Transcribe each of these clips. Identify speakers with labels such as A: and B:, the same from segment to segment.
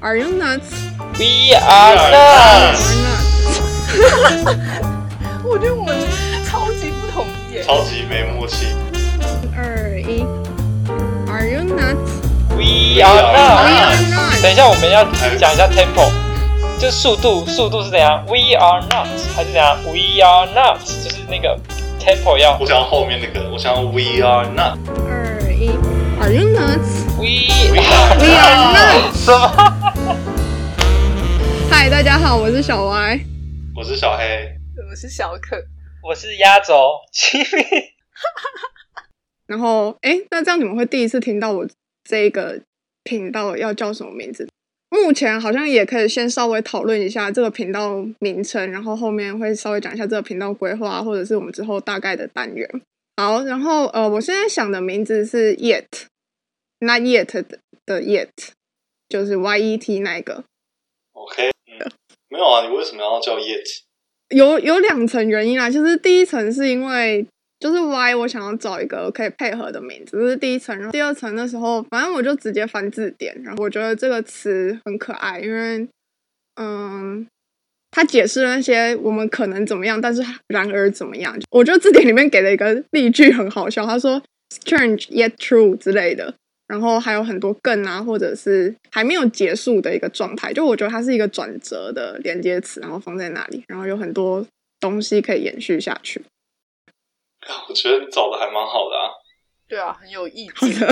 A: Are you nuts?
B: We are
A: Are
B: nuts，
A: nuts?
C: 我觉得我们超级不同意耶。
D: 超级没默契。
A: 二一，Are you nuts?
B: We
D: We
B: are nuts。
D: are
A: Are nuts?
B: 等一下，我们要讲一下 tempo，就速度，速度是怎样？We are nuts 还是怎样？We are nuts，就是那个 tempo 要
D: 我想要后面那个，我想要 We are not。
A: 二一，Are you nuts?
B: We
D: We are
A: We are nuts.
B: 什么？
A: 嗨，大家好，我是小 Y。
D: 我是小黑，
C: 我是小可，
B: 我是压轴， 七米
A: 然后，哎，那这样你们会第一次听到我这个频道要叫什么名字？目前好像也可以先稍微讨论一下这个频道名称，然后后面会稍微讲一下这个频道规划，或者是我们之后大概的单元。好，然后呃，我现在想的名字是 Yet，那 Yet 的的 Yet 就是 Y E T 那一个。
D: OK，嗯，没有啊，你为什么要叫 Yet？
A: 有有两层原因啦，就是第一层是因为就是 Y，我想要找一个可以配合的名字，这、是第一层。然后第二层的时候，反正我就直接翻字典，然后我觉得这个词很可爱，因为嗯，它解释了那些我们可能怎么样，但是然而怎么样。我觉得字典里面给了一个例句很好笑，他说 strange yet true 之类的。然后还有很多更啊，或者是还没有结束的一个状态，就我觉得它是一个转折的连接词，然后放在那里，然后有很多东西可以延续下去。
D: 我觉得你找的还蛮好的啊。
C: 对啊，很有意
A: 好
C: 见。
A: 的，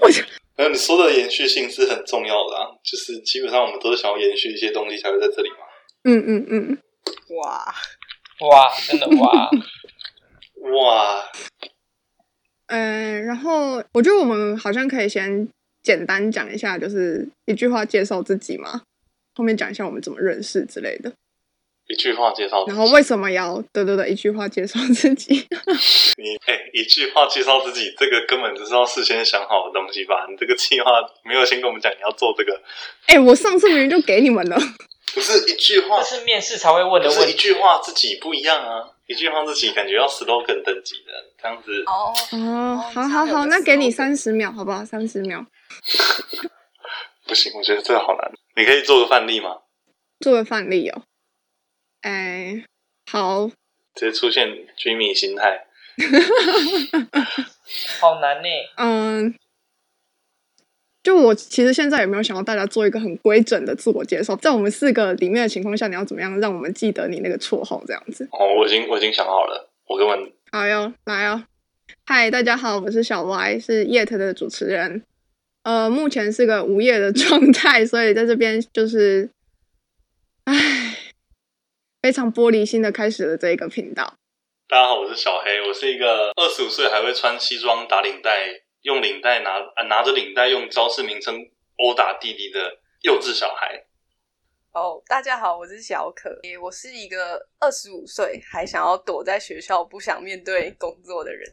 A: 我觉得
D: 那你说的延续性是很重要的啊，就是基本上我们都是想要延续一些东西才会在这里嘛。
A: 嗯嗯嗯，
C: 哇，
B: 哇，真的哇，
D: 哇，
A: 呃，然后我觉得我们好像可以先简单讲一下，就是一句话介绍自己嘛，后面讲一下我们怎么认识之类的，
D: 一句话介绍自
A: 然
D: 己，
A: 后为什么要对对对，一句话介绍自己。
D: 你哎、一句话介绍自己，这个根本就是要事先想好的东西吧？你这个计划没有先跟我们讲你要做这个，
A: 哎，我上次明明就给你们了，
D: 不是一句话
B: 这，是面试才会 问的
D: 不
B: 问
D: 是 一
B: 题。
D: 句话自己不一样啊，一句话自己感觉要 slogan 等级的这样子。
C: 哦，
A: 哦，好
C: 你
A: 好
C: 想有
A: 好，
C: 个
A: 那给你
C: slogan
A: 三十秒，好不好？三十秒。
D: 不行，我觉得这个好难。你可以做个范例吗？
A: 作为范例哦。哎，好，
D: 直接出现 Jimmy 心态，
B: 好难呢。
A: 嗯，就我其实现在也没有想到大家做一个很规整的自我介绍，在我们四个里面的情况下，你要怎么样让我们记得你那个绰号这样子？
D: 哦，我已经我已经想好了，我根本
A: 好哟，来哦！嗨，大家好，我是小 Y，是 Yet 的主持人。呃，目前是个无业的状态，所以在这边就是，唉，非常玻璃心的开始了这一个频道。
D: 大家好，我是小黑，我是一个二十五岁还会穿西装打领带，用领带拿啊拿着领带用招式名称殴打弟弟的幼稚小孩。
C: 哦，大家好，我是小可，诶我是一个二十五岁还想要躲在学校不想面对工作的人。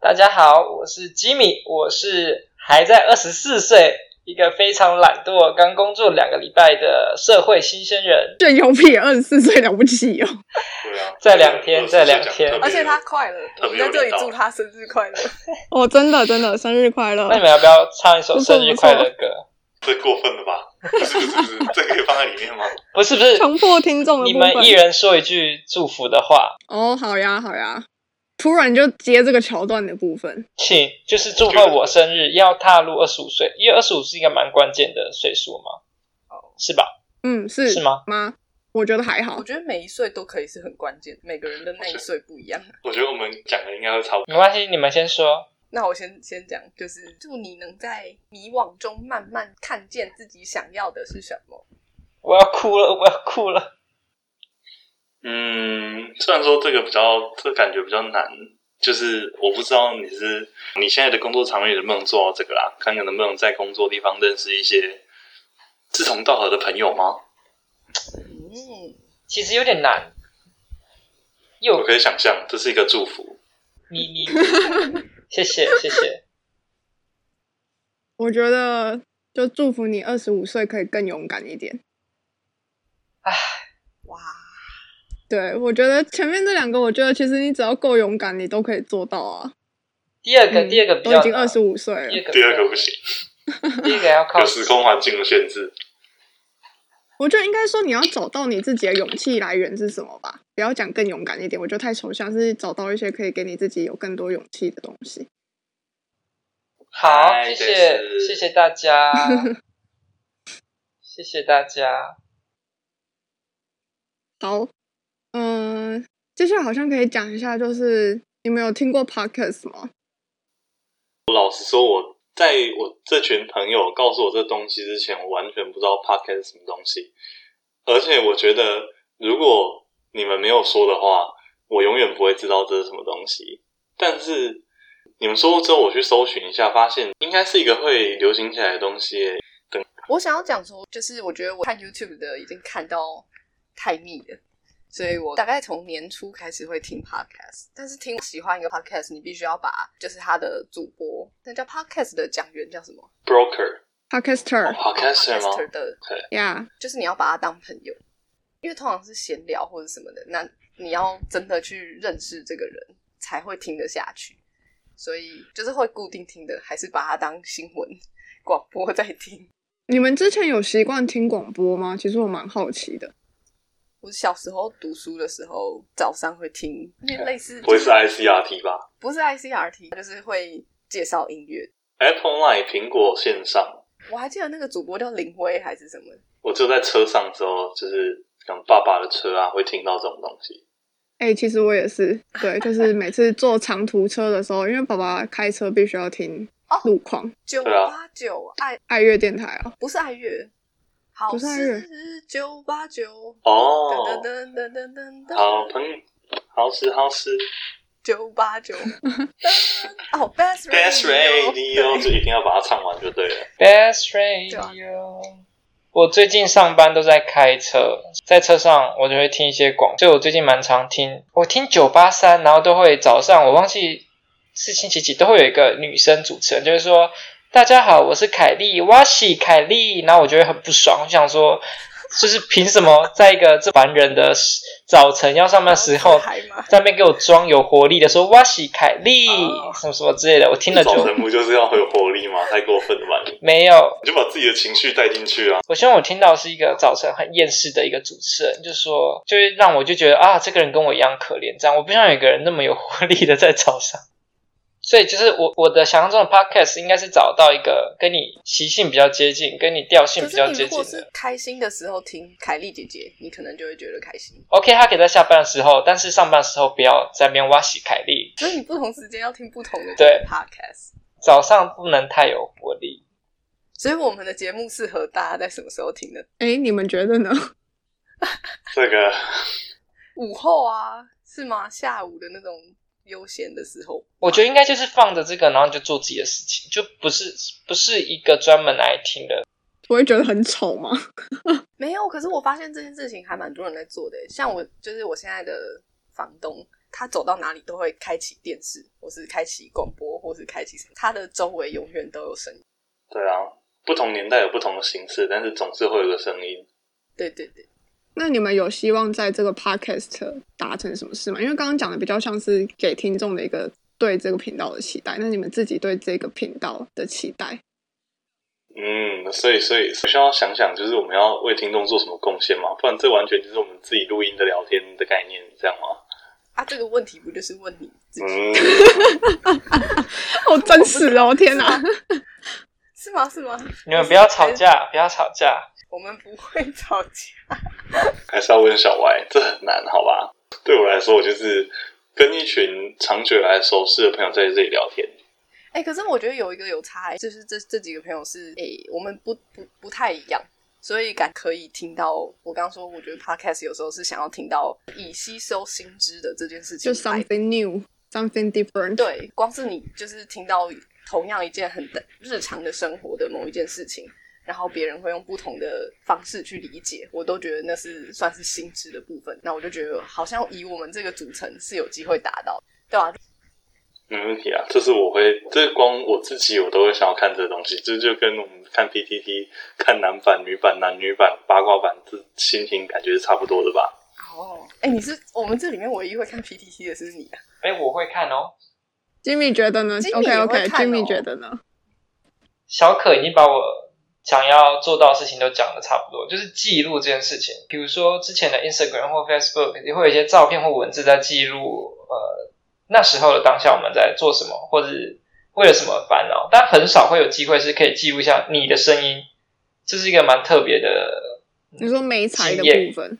B: 大家好，我是吉米，我是还在二十四岁，一个非常懒惰、刚工作两个礼拜的社会新鲜人。
A: 这牛屁，二十四岁了不起哦！
D: 对啊，
B: 再两天再两天
C: 而且他快乐，
D: 特
C: 我们
D: 别有
C: 在这里
D: 礼貌
C: 祝他生日快乐。
A: 哦，真的真的，生日快乐！
B: 那你们要不要唱一首生日快乐歌？
D: 这过分了吧？ 不是不是不是，这可以放在里面吗？
B: 不是不是，
A: 强迫听众的
B: 你
A: 部
B: 们
A: 分。
B: 一人说一句祝福的话，
A: 哦，好呀，好呀，突然就接这个桥段的部分。
B: 请就是祝贺我生日，要踏入二十五岁，因为二十五是一个蛮关键的岁数嘛，是吧？
A: 嗯，是
B: 是吗？
A: 吗？我觉得还好
C: 我。觉得每一岁都可以是很关键，每个人的那一岁不一样。啊
D: 我觉得我们讲的应该会差不多。
B: 没关系，你们先说。
C: 那我先先讲，就是祝你能在迷惘中慢慢看见自己想要的是什么。
B: 我要哭了，我要哭了。
D: 嗯，虽然说这个比较，这感觉比较难，就是我不知道你是你现在的工作场域能不能做到这个啦，看看能不能在工作地方认识一些志同道合的朋友吗？
C: 嗯，
B: 其实有点难，又
D: 我可以想象，这是一个祝福。
B: 你你，谢谢谢谢，
A: 我觉得就祝福你二十五岁可以更勇敢一点。
C: 哇，
A: 对，我觉得前面这两个，我觉得其实你只要够勇敢，你都可以做到啊。
B: 第二个
A: 嗯
B: 第二个比
A: 都已
B: 较
A: 经
B: 难
A: 二十五岁
B: 第
A: 了，
B: 二个
D: 第二个不行，
B: 第一个要靠
D: 有时空环境的限制。
A: 我觉得应该说你要找到你自己的勇气来源是什么吧，不要讲更勇敢一点，我觉得太抽象，是找到一些可以给你自己有更多勇气的东西。
B: 好，
D: 哎
B: 谢
D: 对
B: 谢
D: 是
B: 谢谢 大家，谢谢大家。
A: 好，嗯、接下来好像可以讲一下，就是你们有听过 podcast 吗？
D: 老实说，我在我这群朋友告诉我这东西之前，我完全不知道 podcast 是什么东西。而且我觉得，如果你们没有说的话，我永远不会知道这是什么东西。但是你们说之后，我去搜寻一下，发现应该是一个会流行起来的东西耶。
C: 我想要讲说，就是我觉得我看 YouTube 的已经看到太密了，所以我大概从年初开始会听 podcast。但是听喜欢一个 podcast，你必须要把就是他的主播，那叫 podcast 的讲员叫什么
D: Broker
A: podcaster，
D: 哦 podcaster 吗？
C: ？podcaster 的，
A: 呀、
C: 就是你要把他当朋友，因为通常是闲聊或者什么的，那你要真的去认识这个人才会听得下去。所以就是会固定听的，还是把它当新闻广播在听。
A: 你们之前有习惯听广播吗？其实我蛮好奇的。
C: 我小时候读书的时候，早上会听，因为类似
D: 不会是 ICRT 吧
C: 不是 ICRT，就是会介绍音乐。
D: ？Apple Line 苹果线上，
C: 我还记得那个主播叫林辉还是什么，
D: 我就在车上之后，就是可能爸爸的车啊，会听到这种东西。
A: 哎、其实我也是，对，就是每次坐长途车的时候，因为爸爸开车必须要听
C: 哦
A: 路况、
C: 九
D: 对啊
C: 八九爱
A: 爱乐电台啊，
C: 不是爱乐，好
A: 不是爱乐
C: 是九八九，
D: 哦、
C: 噔噔噔噔噔噔，
D: 好朋友，好吃好吃
C: 九八九，哦，Best
D: ，Best Radio
C: 对
D: 就一定要把它唱完就对了。
B: Best
C: 啊
B: Radio。我最近上班都在开车，在车上我就会听一些广，所以我最近蛮常听，我听九八三，然后都会早上我忘记是星期几，都会有一个女生主持人，就是说大家好，我是凯莉，哇西凯莉，然后我就会很不爽，我想说就是凭什么在一个这凡人的时早晨要上班的时
C: 然后
B: 候
C: 自，嗨嘛
B: 在那边给我装有活力的说哇西凯莉
C: 哦
B: 什么什么之类的，我听了就
D: 早晨不就是要有活力吗？太过分了吧你！
B: 没有
D: 你就把自己的情绪带进去啊！
B: 我希望我听到是一个早晨很厌世的一个主持人，就说，就会让我就觉得啊，这个人跟我一样可怜，这样我不想有一个人那么有活力的在早上。 所以就是我我的想象中的 podcast 应该是找到一个跟你习性比较接近、跟你调性
C: 可
B: 比较
C: 是你
B: 接
C: 如
B: 近
C: 果
B: 的
C: 是。开心的时候听凯莉姐姐，你可能就会觉得开心。
B: OK，他可以在下班的时候，但是上班的时候不要在那边挖洗凯莉，
C: 所以你不同时间要听不同的
B: 对
C: podcast。
B: 早上不能太有活力。
C: 所以我们的节目适合大家在什么时候听的？
A: 哎、你们觉得呢？
D: 这个
C: 午后啊，是吗？下午的那种悠闲的时候，
B: 我觉得应该就是放着这个，然后你就做自己的事情，就不是不是一个专门来听的。
A: 我会觉得很吵吗？
C: 没有。可是我发现这件事情还蛮多人在做的耶。像我，就是我现在的房东，他走到哪里都会开启电视，或是开启广播，或是开启什么，他的周围永远都有声音。
D: 对啊，不同年代有不同的形式，但是总是会有个声音。
C: 对对对，
A: 那你们有希望在这个 podcast 达成什么事吗？因为刚刚讲的比较像是给听众的一个对这个频道的期待，那你们自己对这个频道的期待，
D: 嗯，所以所以需要想想，就是我们要为听众做什么贡献嘛？不然这完全就是我们自己录音的聊天的概念，这样吗？
C: 啊，这个问题不就是问你自己、
D: 嗯，
A: 好真实哦！天哪，
C: 是吗？是吗？
B: 你们不要吵架，不要吵架。
C: 我们不会 吵架。
D: 还是要问小歪，这很难，好吧？对我来说，我就是跟一群长久以来熟识的朋友在这里聊天。
C: 哎、可是我觉得有一个有差、欸，就是这这几个朋友是哎、欸我们不不不太一样，所以感可以听到我刚刚说，我觉得 podcast 有时候是想要听到以吸收新知的这件事 情
A: 就
C: 来，
A: something new，something different。，
C: 对，光是你就是听到同样一件很日常的生活的某一件事情，然后别人会用不同的方式去理解，我都觉得那是算是心智的部分。那我就觉得好像以我们这个组成是有机会达到的，对吧、
D: 没问题啊，这是我会，这光我自己我都会想要看这东西，这就跟我们看 PTT 看男版、女版、男女版、八卦版，这心情感觉是差不多的吧？
C: 哦，哎，你是我们这里面唯一会看 PTT 的是你啊。
B: 哎，我会看哦。
A: 吉米觉得呢
C: Jimmy
A: ？OK
C: 也会
A: OK，吉
C: 看哦
A: 米觉得呢？
B: 小可已经把我想要做到的事情都讲的差不多，就是记录这件事情。比如说之前的 Instagram 或 Facebook 也会有一些照片或文字在记录，呃，那时候的当下我们在做什么，或者为了什么烦恼，但很少会有机会是可以记录下你的声音，这是一个蛮特别的
A: 你说没才的
B: 经验
A: 部分，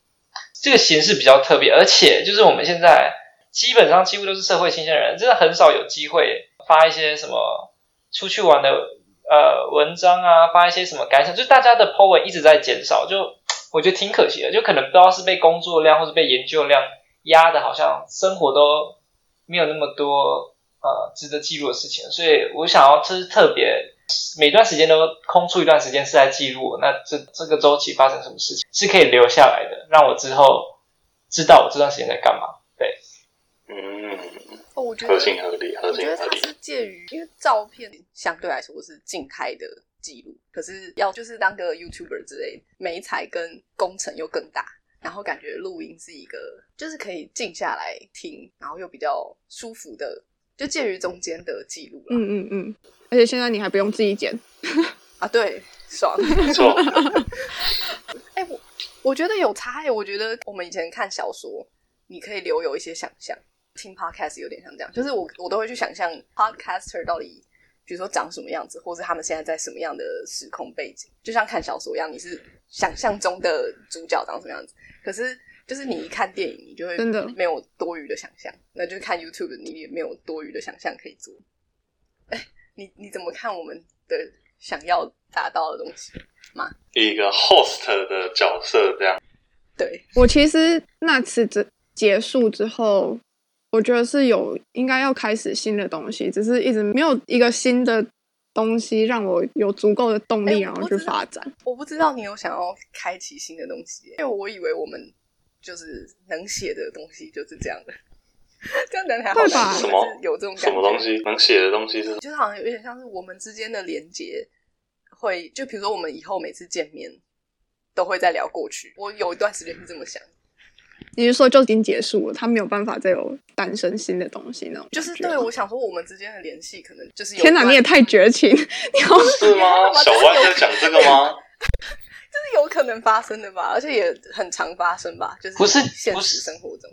B: 这个形式比较特别，而且就是我们现在基本上几乎都是社会新鲜人，真的很少有机会发一些什么出去玩的呃文章啊，发一些什么感想，就是大家的 po 文一直在减少，就我觉得挺可惜的，就可能不知道是被工作量或者被研究量压的，好像生活都没有那么多呃值得记录的事情，所以我想要就是特别。每段时间都空出一段时间是在记录我，那这这个周期发生什么事情是可以留下来的，让我之后知道我这段时间在干嘛。
D: 嗯，
C: 哦，我觉得
D: 合情合理，合
C: 我
D: 情
C: 觉得
D: 合
C: 它
D: 理。
C: 是介于，因为照片相对来说是静态的记录，可是要就是当个 YouTuber 之类，美彩跟工程又更大，然后感觉录音是一个就是可以静下来听，然后又比较舒服的，就介于中间的记录了、
A: 嗯嗯嗯，而且现在你还不用自己剪，
C: 啊，对，爽。
D: 没错，
C: 哎、我我觉得有差、欸。我觉得我们以前看小说，你可以留有一些想象，听 podcast 有点像这样，就是我我都会去想象 podcaster 到底，比如说长什么样子，或是他们现在在什么样的时空背景，就像看小说一样，你是想象中的主角长什么样子，可是。就是你一看电影，你就会
A: 真的
C: 没有多余的想象，那就是看 YouTube，你也没有多余的想象可以做。哎、你你怎么看我们的想要达到的东西？
D: 一个 host 的角色这样，
C: 对，
A: 我其实那次结结束之后，我觉得是有应该要开始新的东西，只是一直没有一个新的东西让我有足够的动
C: 哎
A: 力，
C: 我
A: 然后
C: 不
A: 去
C: 知道
A: 发展。
C: 我不知道你有想要开启新的东西耶，因为我以为我们就是能写的东西就是这样的， 这样讲起来好
A: 会吧
C: 难听
D: 什么
C: 还是有这种感觉
D: 什么东西能写的东西是
C: 就是好像有点像是我们之间的连接，会就比如说我们以后每次见面都会再聊过去。我有一段时间是这么想，
A: 你是说就已经结束了，他没有办法再有诞生新的东西那种
C: 就
A: 感觉
C: 是
A: 吗？
C: 对我想说我们之间的联系可能就是有
A: 天哪，
C: 哪，
A: 你也太绝情！你好，
D: 是吗？ 小歪在讲这个吗？
C: 就是有可能发生的吧，而且也很常发生吧，就是
B: 不是
C: 现
B: 不是
C: 实生活中。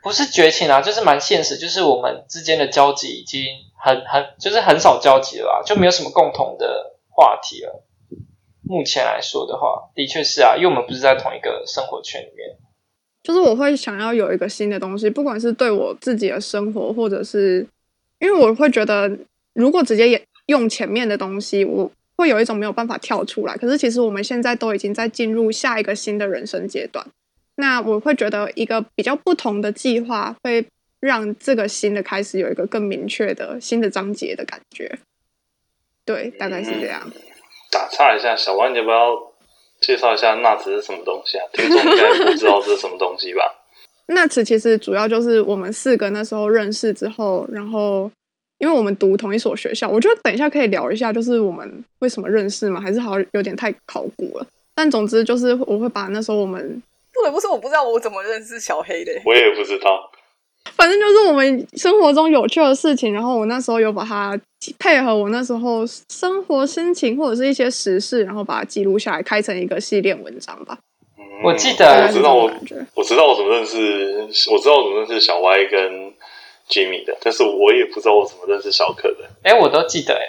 B: 不是绝情啊，就是蛮现实，就是我们之间的交集已经很很就是很少交集了啊，就没有什么共同的话题了。目前来说的话，的确是啊，因为我们不是在同一个生活圈里面。
A: 就是我会想要有一个新的东西，不管是对我自己的生活，或者是因为我会觉得，如果直接也用前面的东西，我会有一种没有办法跳出来。可是其实我们现在都已经在进入下一个新的人生阶段，那我会觉得一个比较不同的计划会让这个新的开始有一个更明确的新的章节的感觉。对，大概是这样。
D: 打岔一下，小歪，你要不要介绍一下纳子是什么东西啊？听众应该不知道这是什么东西吧？
A: 那次其实主要就是我们四个那时候认识之后，然后因为我们读同一所学校，我觉得等一下可以聊一下，就是我们为什么认识嘛，还是好像有点太考古了。但总之就是我会把那时候我们，
C: 不得不说，我不知道我怎么认识小黑的耶。
D: 我也不知道。
A: 反正就是我们生活中有趣的事情，然后我那时候有把它配合我那时候生活心情或者是一些时事，然后把它记录下来，开成一个系列文章吧。
D: 嗯
B: 我记
A: 大
B: 得
A: 概
D: 我
A: 是这
D: 知道
A: 种
D: 我
A: 感觉。
D: 我知道我怎么认识，我知道我怎么认识小歪跟 Jimmy 的，但是我也不知道我怎么认识小可的。
B: 哎，我都记得哎，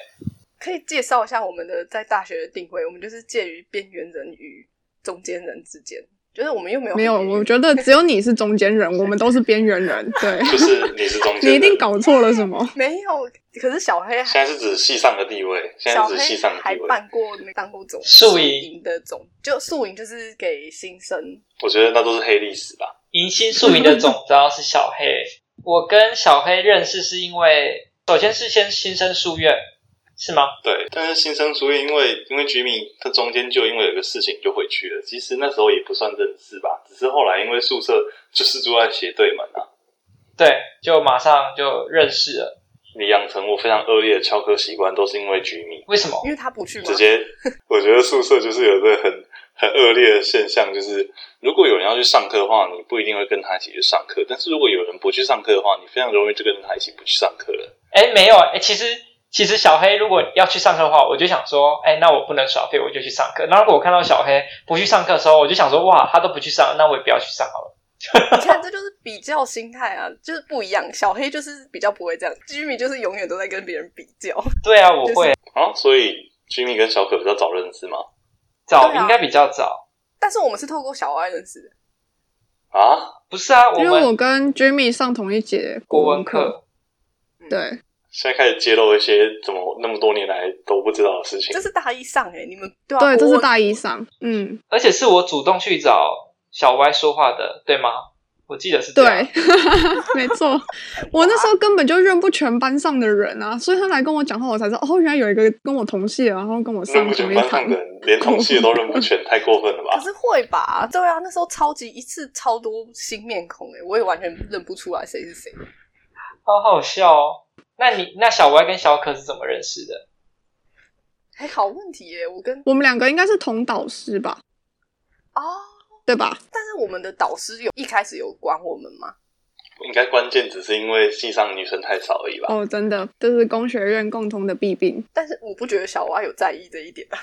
C: 可以介绍一下我们的在大学的定位，我们就是介于边缘人与中间人之间，就是我们又没有
A: 没有，我
C: 得
A: 觉得只有你是中间人，我们都是边缘人。对，
D: 就是你是中间 人，
A: 你一定搞错了什么。
C: 没有，可是小黑还
D: 现在是指系上的地位，现在
C: 小
D: 是
C: 黑
D: 指系上的
C: 还
D: 地位。
C: 办过那当过总
B: 宿营
C: 的总，就宿营就是给新生，
D: 我觉得那都是黑历史吧。
B: 迎新宿营的总招是小黑。我跟小黑认识是因为，首先是先新生书院，是吗？
D: 对，但是新生书院因为因为 Jimmy 他中间就因为有个事情就回去了，其实那时候也不算认识吧，只是后来因为宿舍就是住在斜对门啊，
B: 对，就马上就认识了。
D: 你养成我非常恶劣的翘课习惯都是因为 Jimmy。
B: 为什么
C: 因？为他不去 嘛
D: 直，接，我觉得宿舍就是有一个很很恶劣的现象，就是如果有人要去上课的话，你不一定会跟他一起去上课；但是如果有人不去上课的话，你非常容易就跟着他一起不去上课了。
B: 哎，没有哎，其实其实小黑如果要去上课的话，我就想说，哎，那我不能耍废，我就去上课。那如果我看到小黑不去上课的时候，我就想说，哇，他都不去上，那我也不要去上好了。
C: 你看，这就是比较心态啊，就是不一样。小黑就是比较不会这样，Jimmy 就是永远都在跟别人比较。
B: 对啊，我会
D: 啊，所以 Jimmy 跟小可比较早认识吗？
B: 早，
C: 对啊
B: 应该比较早。
C: 但是我们是透过小 Y 认识的，
D: 啊，
B: 不是 啊，我
A: 因为
B: 们
A: 我跟 Jimmy 上同一节
B: 国
A: 文
B: 文课，
C: 嗯
A: 对，
D: 现在开始揭露一些怎么那么多年来都不知道的事情
C: 这。是大一上哎、你们对啊，
A: 对，这
C: 国
A: 是
C: 文
A: 大一上，嗯，
B: 而且是我主动去找小歪说话的，对吗？我记得是这啊样
A: 对， 没错，我那时候根本就认不全班上的人啊，所以他来跟我讲话，我才知道哦，原来有一个跟我同系的，然后跟我
D: 认
A: 上
D: 不
A: 同
D: 全
A: 一
D: 班
A: 堂
D: 上，的人，连同系都认 不全，太过分了
C: 可
D: 吧？
C: 是会吧？对啊，那时候超级一次超多新面孔哎、我也完全认不出来谁是谁。
B: 好好笑哦。那你那小歪跟小可是怎么认识的？
C: 哎，好问题耶、我跟
A: 我们两个应该是同导师吧，
C: 啊、
A: 对吧？
C: 但是我们的导师有一开始有管我们吗？
D: 应该关键只是因为系上女生太少而已吧？
A: 哦，真的，这是工学院共同的弊病。
C: 但是我不觉得小蛙有在意这一点啊，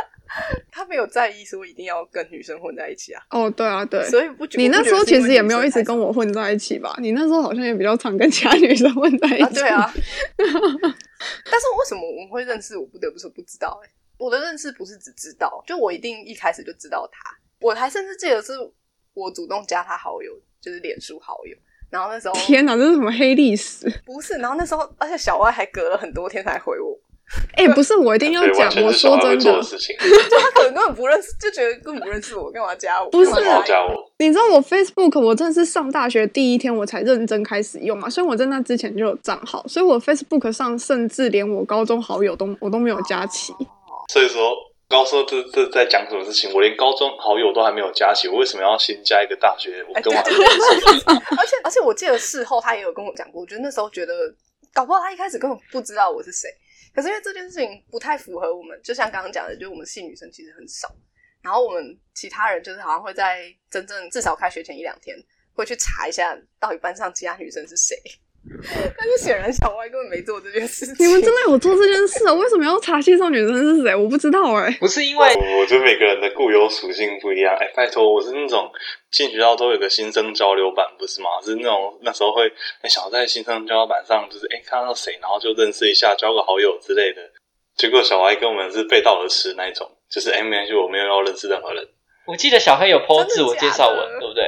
C: 他没有在意说一定要跟女生混在一起啊，
A: 哦，对啊，对。
C: 所以不觉
A: 你那时候其实也没有一直跟
C: 我
A: 我混在一起吧？你那时候好像也比较常跟其他女生混在一起。
C: 啊，对，啊。 但是为什么我们会认识？我不得不说不知道哎、我的认识不是只知道，就我一定一开始就知道他，我还甚至记得是我主动加他好友，就是脸书好友。然后那时候
A: 天哪，这是什么黑历史？
C: 不是，然后那时候，而且小歪还隔了很多天才回我，
A: 哎、不是，我一定要
D: 对，
A: 讲
D: 完，全
A: 我
D: 是小
A: 说
D: 孩会
A: 真
D: 做的
A: 的，
D: 事情。
C: 就他可能根本不认识，就觉得根本不认识我，干嘛加我？
A: 不是啊
C: 干嘛
D: 好
C: 加
D: 家
C: 我
D: 伙，
A: 你知道我 Facebook 我真的是上大学第一天我才认真开始用嘛，所以我在那之前就有账号，所以我 Facebook 上甚至连我高中好友都我都没有加齐。
D: 哦所以说，高中这这在讲什么事情？我连高中好友都还没有加起，我为什么要新加一个大学？我
C: 哎，
D: 跟
C: 对
D: 我
C: 对对，而且而且我记得事后他也有跟我讲过，我觉得那时候觉得，搞不好他一开始根本不知道我是谁，可是因为这件事情不太符合我们，就像刚刚讲的，就是我们系女生其实很少，然后我们其他人就是好像会在真正至少开学前一两天会去查一下到底班上其他女生是谁， 但是显然小歪根本没做这件事情。
A: 你们真的有做这件事啊？为什么要查线上女生是谁？我不知道哎、
B: 不是因为
D: 我我觉得每个人的固有属性不一样。哎，拜托，我是那种进学校都有个新生交流版，不是吗？是那种那时候会哎想要在新生交流版上，就是哎看到谁，然后就认识一下，交个好友之类的。结果小孩跟我们是背道而驰那一种，就是哎没关系，我没有要认识任何人。
B: 我记得小黑有 po
C: 真的
B: 自我介
C: 假
B: 绍
C: 的
B: 文，对不对？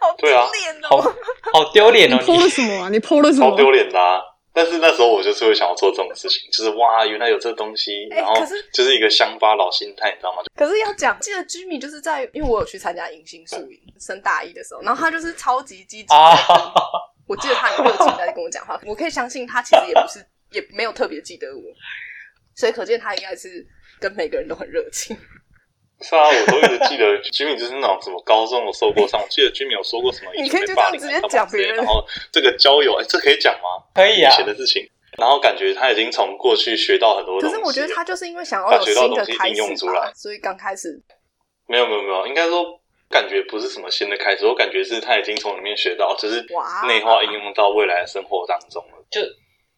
C: 好丢
D: 对啊
C: 脸
B: 好
C: 哦！
B: 好丢脸
A: 你
B: 哦！
A: PO 了
B: 你
A: 什么啊？你 PO 了什么
D: 超？丢脸的、啊。但是那时候我就是会想要做这种事情，就是哇，原来有这东西，
C: 哎
D: 然后
C: 可是
D: 就是一个乡巴佬心态，你知道吗？
C: 可是要讲，记得 Jimmy 就是在，因为我有去参加迎新宿营，升大一的时候，然后他就是超级积极
B: 啊，
C: 我记得他很热情在跟我讲话，我可以相信他其实也不是，也没有特别记得我，所以可见他应该是跟每个人都很热情。
D: 是啊，我都一直记得 Jimmy 就是那种什么高中有受过伤，我记得 Jimmy 有说过什么，
C: 你可以就
D: 被
C: 这
D: 霸
C: 样
D: 凌
C: 直
D: 啊
C: 接
D: 干嘛
C: 讲
D: 之类
C: 别人
D: 然后这个交友，哎，这可以讲吗？
B: 可以啊
D: 以前的事情，然后感觉他已经从过去学到很多
C: 可
D: 东西。
C: 是我觉得他就是因为想要有
D: 把学
C: 新的开
D: 到的东西应用
C: 始
D: 出来
C: 吧，所以刚开始
D: 没有没有没有，应该说感觉不是什么新的开始，我感觉是他已经从里面学到，只是
C: 哇
D: 内化应用到未来的生活当中了。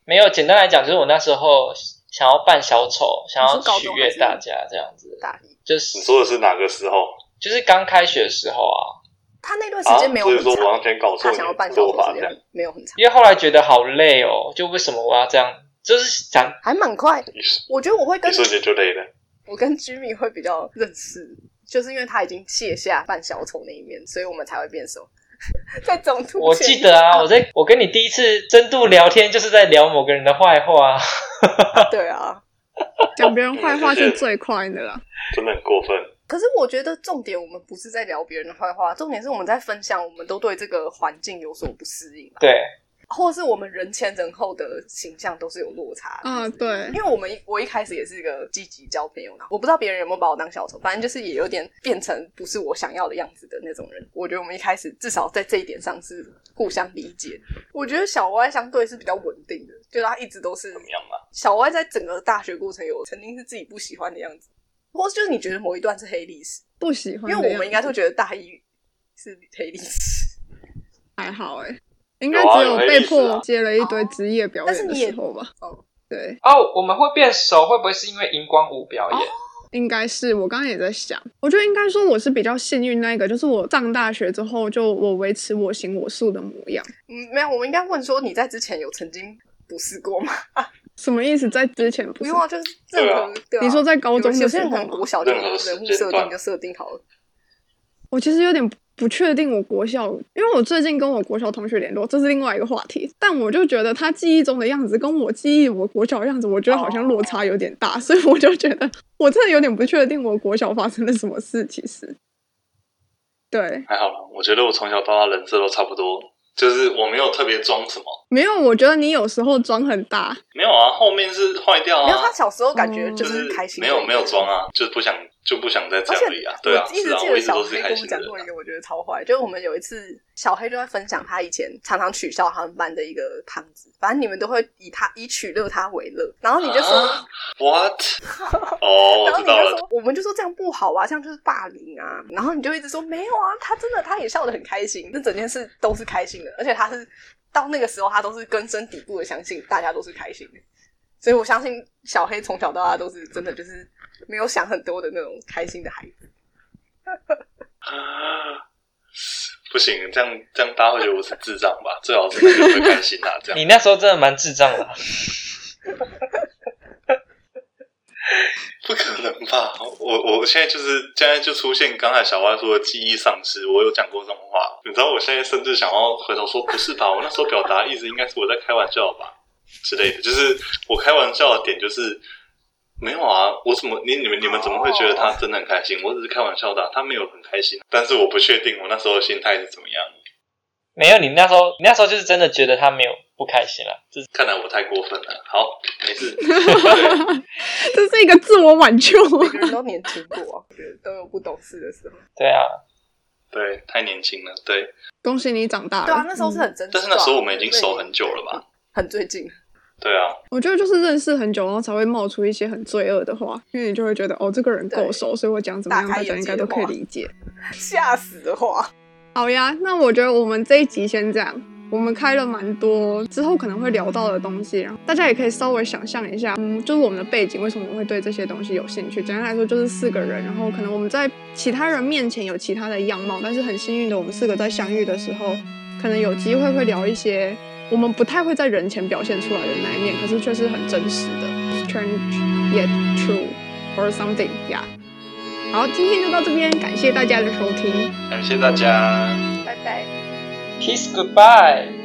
B: 没有简单来讲，就是我那时候想要扮小丑，想要
C: 你说高
B: 取
C: 中还
B: 悦
C: 是
B: 大家这样子，
C: 大一，
B: 就是
D: 你说的是哪个时候？
B: 就是刚开学的时候啊，
C: 他那段时
D: 啊，
C: 间没有
D: 所
C: 很
D: 以说我完
C: 长，
D: 全搞错
C: 他
D: 你
C: 想要
D: 的
C: 办小
D: 做
C: 说
D: 法，
C: 时
D: 这样
C: 间没有很长，
B: 因为后来觉得好累哦，就为什么我要这样？就是讲
C: 还蛮快。
D: 一瞬
C: 我觉得我会跟
D: 一瞬间就累了。
C: 我跟 Jimmy 会比较认识，就是因为他已经卸下扮小丑那一面，所以我们才会变熟。 在总图前，
B: 我记得啊，我在我跟你第一次深度聊天，就是在聊某个人的坏话啊。
C: 对啊。
A: 讲别人坏话是最快的啦。
D: 真的很过分。
C: 可是我觉得重点我们不是在聊别人的坏话，重点是我们在分享我们都对这个环境有所不适应吧，
B: 对，
C: 或者是我们人前人后的形象都是有落差的。
A: 啊，对
C: 因，为我们一我一开始也是一个积极交朋友的，我不知道别人有没有把我当小丑，反正就是也有点变成不是我想要的样子的那种人。我觉得我们一开始至少在这一点上是互相理解。我觉得小歪相对是比较稳定的，就他一直都是
D: 怎么样啊啦？
C: 小歪在整个大学过程有曾经是自己不喜欢的样子，或是就是你觉得某一段是黑历史，
A: 不喜
C: 因
A: 欢
C: 为
A: 的样子。
C: 我们应该都觉得大一是黑历史，
A: 还好哎、应该
D: 有啊
A: 只
D: 有黑
A: 被
D: 历史啊
A: 迫接了一堆职业表
C: 哦但是
A: 演的
C: 你也
A: 时候吧。
C: 哦，
A: 对，
B: 哦，我们会变熟，会不会是因为荧光舞表演？
C: 哦
A: 应该是我刚刚也在想，我觉得应该说我是比较幸运那一个，就是我上大学之后就我维持我行我素的模样。
C: 嗯，没有，我们应该问说你在之前有曾经不是过吗？
A: 什么意思？在之前不
C: 不
A: 是
C: 用啊，就是任何对啊
A: 你说在高中
C: 有
A: 的
C: 些
A: 时
C: 人
A: 候
C: 可
A: 吗
C: 能国小就
D: 任何时
C: 人物
D: 间
C: 设
D: 段
C: 定就设定好了，
A: 我其实有点不确定，我国小，因为我最近跟我国小同学联络，这是另外一个话题。但我就觉得他记忆中的样子跟我记忆我国小的样子，我觉得好像落差有点大 所以我就觉得我真的有点不确定我国小发生了什么事。其实，对，
D: 还好啦，我觉得我从小到大人设都差不多，就是我没有特别装什么，
A: 没有，我觉得你有时候妆很大，
D: 没有啊，后面是坏掉
C: 没有，
D: 啊
C: 他，小时候感觉
A: 哦
D: 就
C: 就是开心
D: 没
C: 的，
D: 有没有装啊，就是不想就不想再这
C: 而
D: 样
C: 且
D: 而已啊，对啊，
C: 我一
D: 是
C: 直
D: 啊，
C: 记
D: 我
C: 得
D: 一直
C: 小
D: 都
C: 黑
D: 是
C: 跟
D: 开
C: 我
D: 心的
C: 讲
D: 人
C: 过一
D: 啊。
C: 个我觉得超坏，就是我们有一次小黑就在分享他以前常常取笑他们班的一个胖子，反正你们都会以他以取乐他为乐，然后你就说，
D: 啊 What？哦， 我
C: 然后
D: 知
C: 你
D: 道
C: 就
D: 了，
C: 说，我们就说这样不好啊，这样就是霸凌啊，然后你就一直说没有啊，他真的他也笑得很开心，这整件事都是开心的，而且他是到那个时候他都是根深蒂固的相信大家都是开心的，所以我相信小黑从小到大都是真的就是没有想很多的那种开心的孩子。
D: 不行，这样这样大家会觉得我是智障吧？最好是那个人会开心啊，这
B: 你
D: 样。
B: 那时候真的蛮智障的啊、
D: 不可能吧？我我现在就是现在就出现刚才小花说的记忆丧失，我有讲过这种话，你知道我现在甚至想要回头说不是吧？我那时候表达意思应该是我在开玩笑吧之类的，就是我开玩笑的点就是没有啊，我怎么你你们你们怎么会觉得他真的很开心？我只是开玩笑的啊、他没有很开心，但是我不确定我那时候的心态是怎么样。
B: 没有，你那时候，你那时候就是真的觉得他没有不开心了，就是
D: 看来我太过分了，好，没事。
A: 这是一个自我挽救。
C: 每个人都年轻过、啊，我觉得都有不懂事的时候。
B: 对啊，
D: 对，太年轻了，对。
A: 恭喜你长大了。
C: 对啊，那时候是
A: 嗯
C: 很真实、
D: 但是那时候我们已经熟很久了吧？
C: 很最近。
D: 对啊，
A: 我觉得就是认识很久，然后才会冒出一些很罪恶的话，因为你就会觉得哦，这个人够熟，所以我讲怎么样，
C: 大
A: 大
C: 开
A: 家
C: 眼
A: 应
C: 界
A: 该都
C: 的
A: 可以
C: 话
A: 理解。
C: 吓死的话，
A: 好呀，那我觉得我们这一集先这样。我们开了蛮多之后可能会聊到的东西，然后大家也可以稍微想象一下，嗯，就是我们的背景为什么我们会对这些东西有兴趣。简单来说，就是四个人，然后可能我们在其他人面前有其他的样貌，但是很幸运的，我们四个在相遇的时候，可能有机会会聊一些我们不太会在人前表现出来的那一面，可是却是很真实的，strange yet true or something yeah。好，今天就到这边，感谢大家的收听。
D: 感谢大家。
C: 拜拜。
B: ，kiss goodbye。